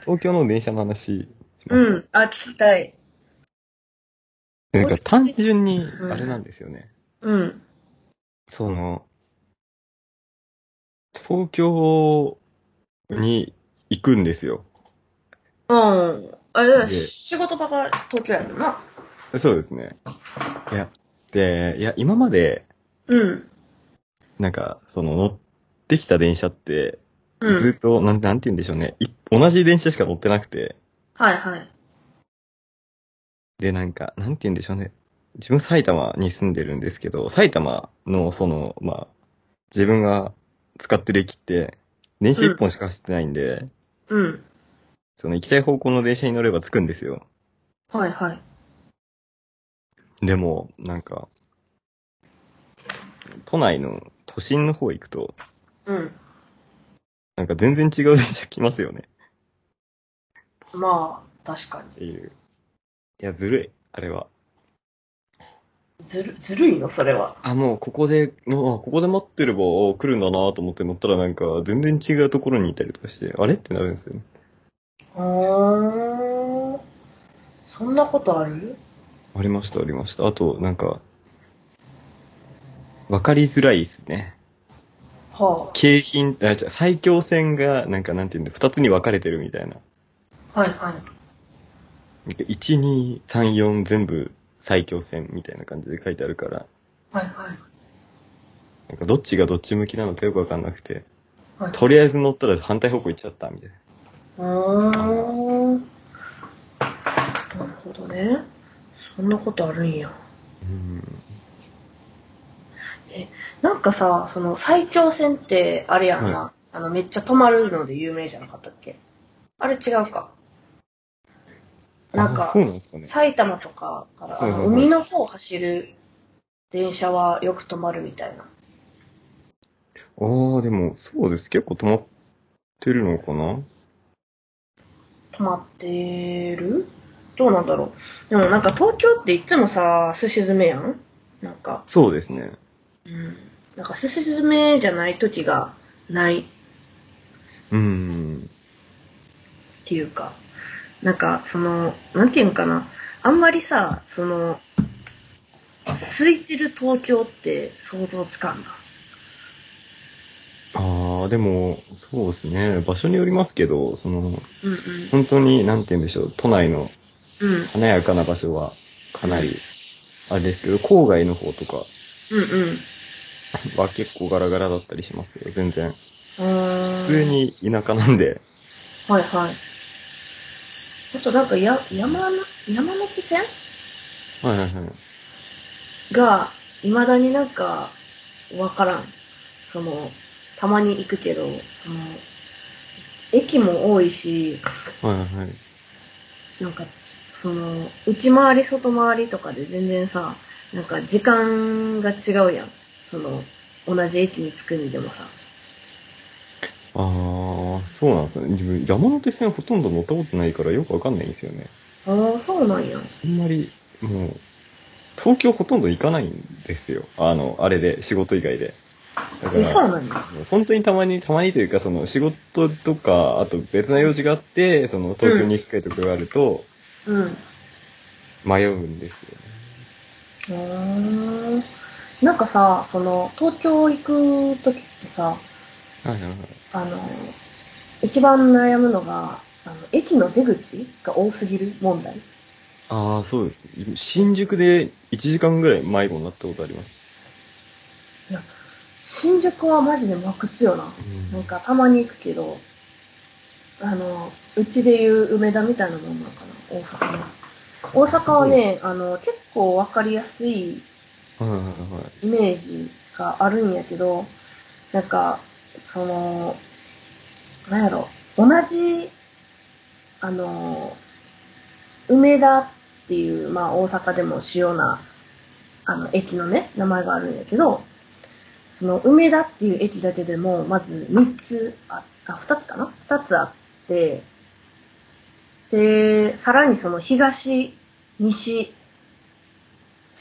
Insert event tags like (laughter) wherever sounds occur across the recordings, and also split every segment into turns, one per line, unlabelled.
東京の電車の話。
うん。あ、聞きたい。
なんか単純に、
うん
あれなんですよね。
うん。
その、東京に行くんですよ。
うん。あれだ、
で
仕事場が東京やもんな。
そうですね。いや、で、いや、今まで、
うん。
なんか、その、乗ってきた電車って、
うん。
ずっと、なん、なんて言うんでしょうね。い同じ電車しか乗ってなくて、
はいはい。
で、なんか、なんて言うんでしょうね。自分埼玉に住んでるんですけど、埼玉の、その、まあ、自分が使ってる駅って、電車一本しか走ってないんで、
うん。
その行きたい方向の電車に乗れば着くんですよ。
はいはい。
でも、なんか、都内の都心の方行くと、
うん。
なんか全然違う電車来ますよね。
まあ、確か
っていう。いや、ずるい。あれは。
に。ずる、ずるいの、それは。
あ、もうここで、もうここで待ってればあ来るんだなと思って乗ったらなんか全然違うところにいたりとかして、あれってなるんですよね。
うーん。そんなことある
ありました、ありました。あと、なんか、わかりづらいですね。
は
京浜、あ、違う埼京線が、なんかなんていうんだ、二つに分かれてるみたいな。
あ。はいはい。
1234全部最強線みたいな感じで書いてあるから、
はいはい。
なんかどっちがどっち向きなのかよくわかんなくて、
はい
とりあえず乗ったら反対方向行っちゃったみたいな。
うーん。なるほどね。そんなことあるんや。
うん。
なんかさ、その埼京線って、あれやんな、
は
あの、めっちゃ止まるので有名じゃなかったっけあれ違うか。なん
あ
か
そうなんですかね。
埼玉とかから、あ
はい
の
はいはい
海の方を走る電車はよく止まるみたいな。
ああ、でも、そうです。結構止まってるのかな
止まってるどうなんだろう。でもなんか東京っていつもさ、すし詰めやんなんか、
そうですね。
うん。なんかすし詰めじゃない時がない。
うん。
っていうか、なんか、その、なんていうのかな、あんまりさ、その、空いてる東京って想像つかんな。
ああ、でも、そうですね。場所によりますけど、その、
うんうん。
本当に、なんて言うんでしょう、都内の
うん。
華やかな場所は、かなり、あれですけど、郊外の方とか、 (laughs)
うんうん。
は結構ガラガラだったりしますけど、全然。
うーん
普通。に田舎なんで、
はいはい。あとなんかや、山の、山手線
はいはいはい。
が、未だになんか、わからん。その、たまに行くけど、その、駅も多いし、
はいはいはい。
なんか、その、内回り外回りとかで全然さ、なんか時間が違うやん。その、同じ駅に着くにでもさ。
ああ、そうなんですね。自分、山手線ほとんど乗ったことないからよくわかんないんですよね。
ああ、そうなんや。
あんまり、もう、東京ほとんど行かないんですよ。あの、あれで、仕事以外で。だか
え、そう
ら、
なんや。
本当にたまに、たまにというか、その、仕事とか、あと別な用事があって、その、東京に行く機会とかがあると、
うん。
迷うんですよね。
うーん。なんかさ、その、東京行くときってさ、
はいはいはい。
あの、一番悩むのが、あの、駅の出口が多すぎる問題。
ああ、そうですね。新宿で1時間ぐらい迷子になったことあります。
新宿はマジで真靴よな。なんかたまに行くけど、あの、うちでいう梅田みたいなもんなのかな、大阪の。大阪はね、あの、結構わかりやすい
はいはいはい。
イメージがあるんやけど、なんか、その、なんやろ、同じ、あの、梅田っていう、まあ大阪でも主要な、あの、駅のね、名前があるんやけど、その梅田っていう駅だけでも、まず3つあ、あ、2つかな ?2 つあって、で、さらにその東、西、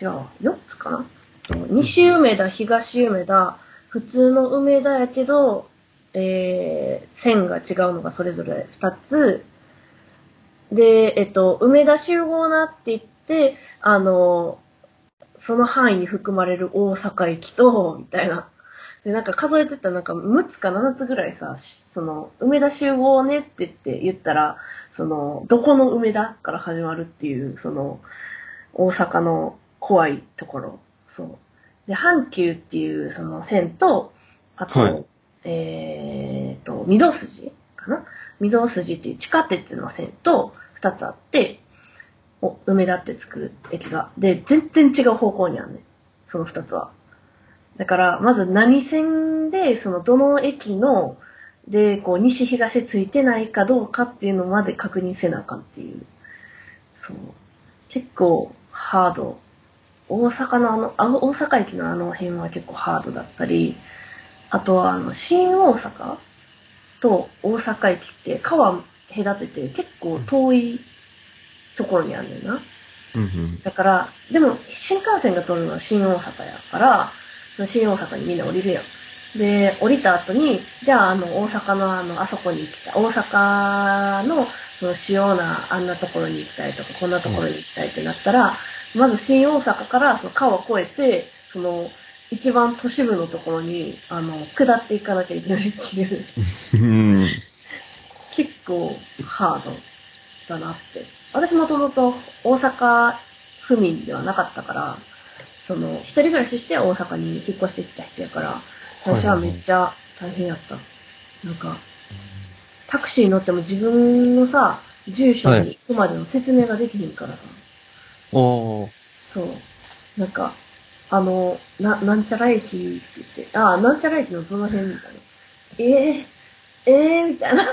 違うわ、4つかな西梅田、東梅田、普通の梅田やけど、えー、線が違うのがそれぞれ2つ、で、えっと、梅田集合なって言って、あの、その範囲に含まれる大阪駅と、みたいな。で、なんか数えてたらなんか6つか7つぐらいさ、しその、梅田集合ねって言って言ったら、その、どこの梅田から始まるっていう、その、大阪の怖いところ。そう。で、阪急っていうその線と、あと、
はい
えーと、御堂筋かな御堂筋っていう地下鉄の線と2つあって、お梅田ってつく駅が。で、全然違う方向にあるね。その2つは。だから、まず何線で、そのどの駅の、で、こう、西東ついてないかどうかっていうのまで確認せなあかんっていう。そう。結構、ハード。大阪のあの、あ大阪駅のあの辺は結構ハードだったり、あとは、あの、新大阪と大阪駅って川隔てて結構遠いところにあるんだよな。
うんうん。
だから、でも、新幹線が通るのは新大阪やから、新大阪にみんな降りるやん。で、降りた後に、じゃあ、あの、大阪のあの、あそこに行きたい。大阪の、その、主要なあんなところに行きたいとか、こんなところに行きたいってなったら、まず新大阪から、その、川を越えて、その、一番都市部のところに、あの、下っていかなきゃいけないっていう、
うん。
結構、ハードだなって。私もともと大阪府民ではなかったから、その、一人暮らしして大阪に引っ越してきた人やから、最初はめっちゃ大変やった。なんか、タクシー乗っても自分のさ、住所に行くまでの説明ができへんからさ、
ああ。
そう。なんか、あの、な、なんちゃら駅って言って、ああ、なんちゃら駅のどの辺みたいな。えー、えー、みたいな。 (laughs) あ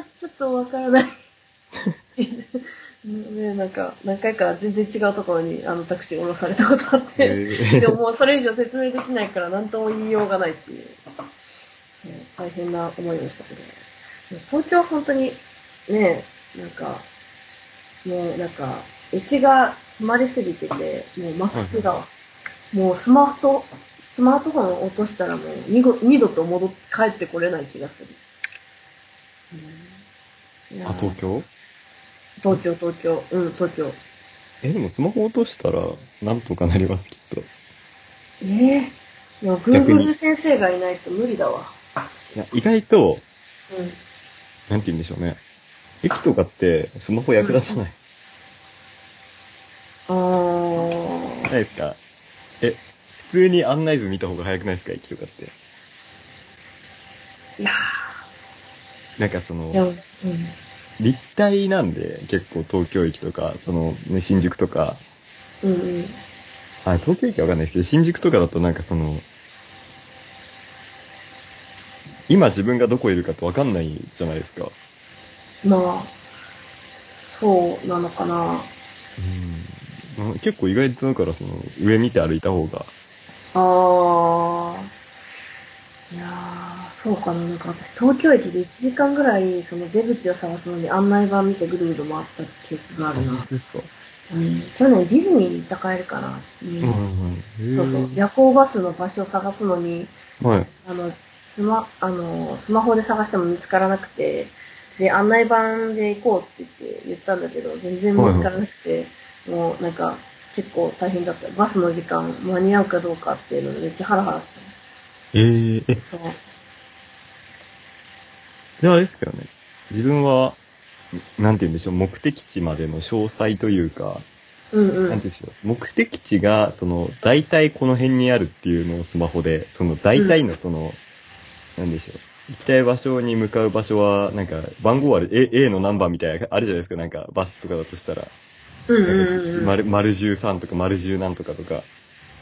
あ、ちょっとわからない。 (laughs) ね、なんか、何回か全然違うところにあのタクシー降ろされたことあって。
え
(laughs) でももうそれ以上説明できないから何とも言いようがないっていう、そう大変な思いをしたけど、東京は本当にね、なんか、もうなんか、駅が詰まりすぎてて、もう真っ二が、もうスマート、スマートフォンを落としたらもう二度二度と戻って帰ってこれない気がする。うんいや
あ、東京
東京、東京、うん、東京。
え、でもスマホ落としたら、なんとかなります、きっと。
ええいや、
逆に
Google 先生がいないと無理だわ。私
いや、意外と、
うん。
なんて言うんでしょうね。駅とかって、スマホ役立たない。
あ
ないですかえ、普通に案内図見た方が早くないですか駅とかって。
ーいや
なんかそ
ーで
の、
も、うん。
立体なんで、結構東京駅とか、その、ね、新宿とか、
うんうん。
あ、東京駅はわかんないですけど、新宿とかだとなんかその、今自分がどこいるかってわかんないじゃないですか。
まあ、そうなのかな。
うんうん。結構意外とだからその、上見て歩いた方が。
あー。いやー、そうかな。なんか私、東京駅で1時間ぐらい、その出口を探すのに案内板見てぐるぐる回った記憶があるな。
ですか
うん。去年ディズニーに行った帰るかな。う。
うんんうん。
そうそう。
へ
夜行バスの場所を探すのに、
ーはい。
あの、スマ、あの、スマホで探しても見つからなくて、で、案内板で行こうって言って言ったんだけど、全然見つからなくて、もうなんか、結構大変だった。バスの時間間に合うかどうかっていうのでめっちゃハラハラした。
えー、え、
そう。
で、あれですけどね。自分は、なんて言うんでしょう、目的地までの詳細というか、
う
な
ん
ん
う
て言うん
ん。
でしょう、目的地が、その、大体この辺にあるっていうのをスマホで、その、大体のその、なんでしょう、行きたい場所に向かう場所は、なんか、番号ある、A, A の何番みたいな、あるじゃないですか、なんか、バスとかだとしたら、
うん
な
うん
か
ん
じ
う
じ
ん。
丸丸13とか丸10なんとかとか、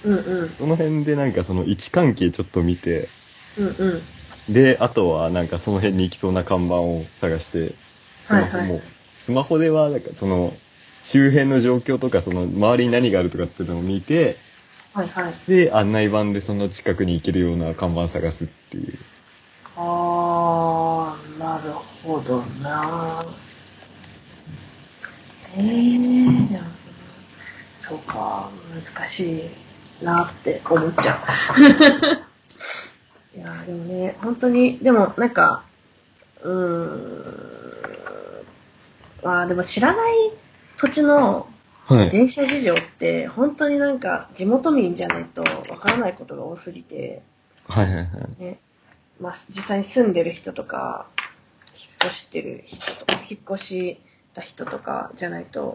うんうん。
その辺でなんかその位置関係ちょっと見て、
うんうん。
で、あとはなんかその辺に行きそうな看板を探して、スマホも、
はいはい
スマホではなんかその周辺の状況とかその周りに何があるとかっていうのを見て、
はいはい。
で、案内板でその近くに行けるような看板探すっていう。
あー、なるほどなえー、そうか、難しいなって思っちゃ (laughs) う。いやーでもね、本当に、でもなんか、うーん、あーでも知らない土地の
はい。
電車事情って、本当になんか地元民じゃないとわからないことが多すぎて、
はいはいはい。
ね。まあ、実際に住んでる人とか、引っ越してる人とか、引っ越した人とかじゃないと、やっ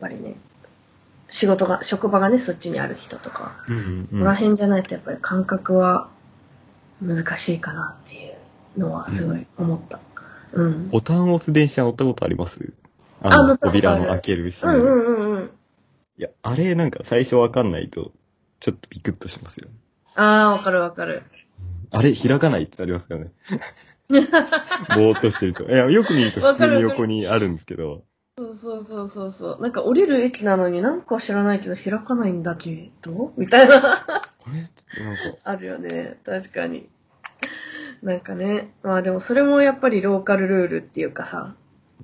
ぱりね、仕事が、職場がね、そっちにある人とか、
うん
そこら辺じゃないとやっぱり感覚は難しいかなっていうのはすごい思った。うん。
ボタンを押す電車乗ったことありますあ
あ
の、
乗ったことあ
扉
る
の開けるし。
うんうんうんうん。
いや、あれなんか最初わかんないと、ちょっとビクッとしますよ。
ああ、わかるわかる。
あれ開かないってなりますからね。ぼーっとしてると。いや、よく見ると普通に横にあるんですけど。
そうそうそうそうそう。なんか降りる駅なのになんか知らないけど開かないんだけどみたいな。
これ、なんか、
あるよね。確かに。なんかね。まあでもそれもやっぱりローカルルールっていうかさ、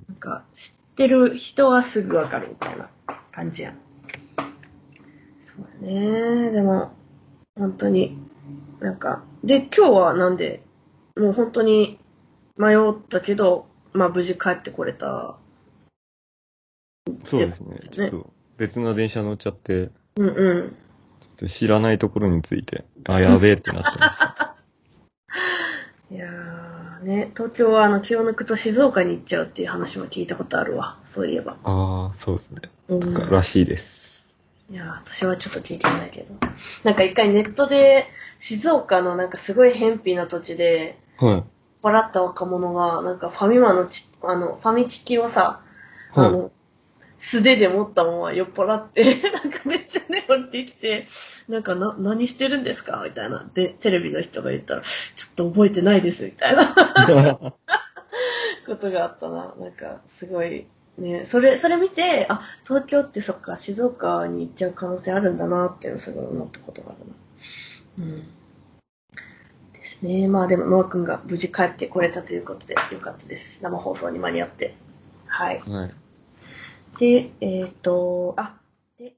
なんか知ってる人はすぐわかるみたいな感じやん。そうだね。でも、本当に、なんか、で、今日はなんで、もう本当に迷ったけど、まあ無事帰ってこれた。
そうですね。ちょっと別な電車乗っちゃって、
うんうん。
ちょっと知らないところについて、 (laughs) あ、やべえってなってました。
いやーね、東京はあの気を抜くと静岡に行っちゃうっていう話も聞いたことあるわ、そういえば。
ああ、そうですね。
うん、
らしいです。
いやー私はちょっと聞いてないけど。なんか一回ネットで、静岡のなんかすごい偏僻な土地で、
は
笑った若者が、なんかファミマのち、あの、ファミチキをさ、
い。
あ
は
の、素手で持ったまま酔っ払って、 (laughs) なんか電車で降りてきて、なんかな、何してるんですかみたいな。で、テレビの人が言ったら、ちょっと覚えてないです、みたい
(laughs)
な。
い。
ことがあったな。なんか、すごい、ね、それ、それ見て、あ、東京ってそっか、静岡に行っちゃう可能性あるんだなっていうのすごい思ったことがあるな。うん。ですね。まあでも、ノア君が無事帰ってこれたということで、よかったです。生放送に間に合って。はい。
はい。
で、えっ、と、あ、で、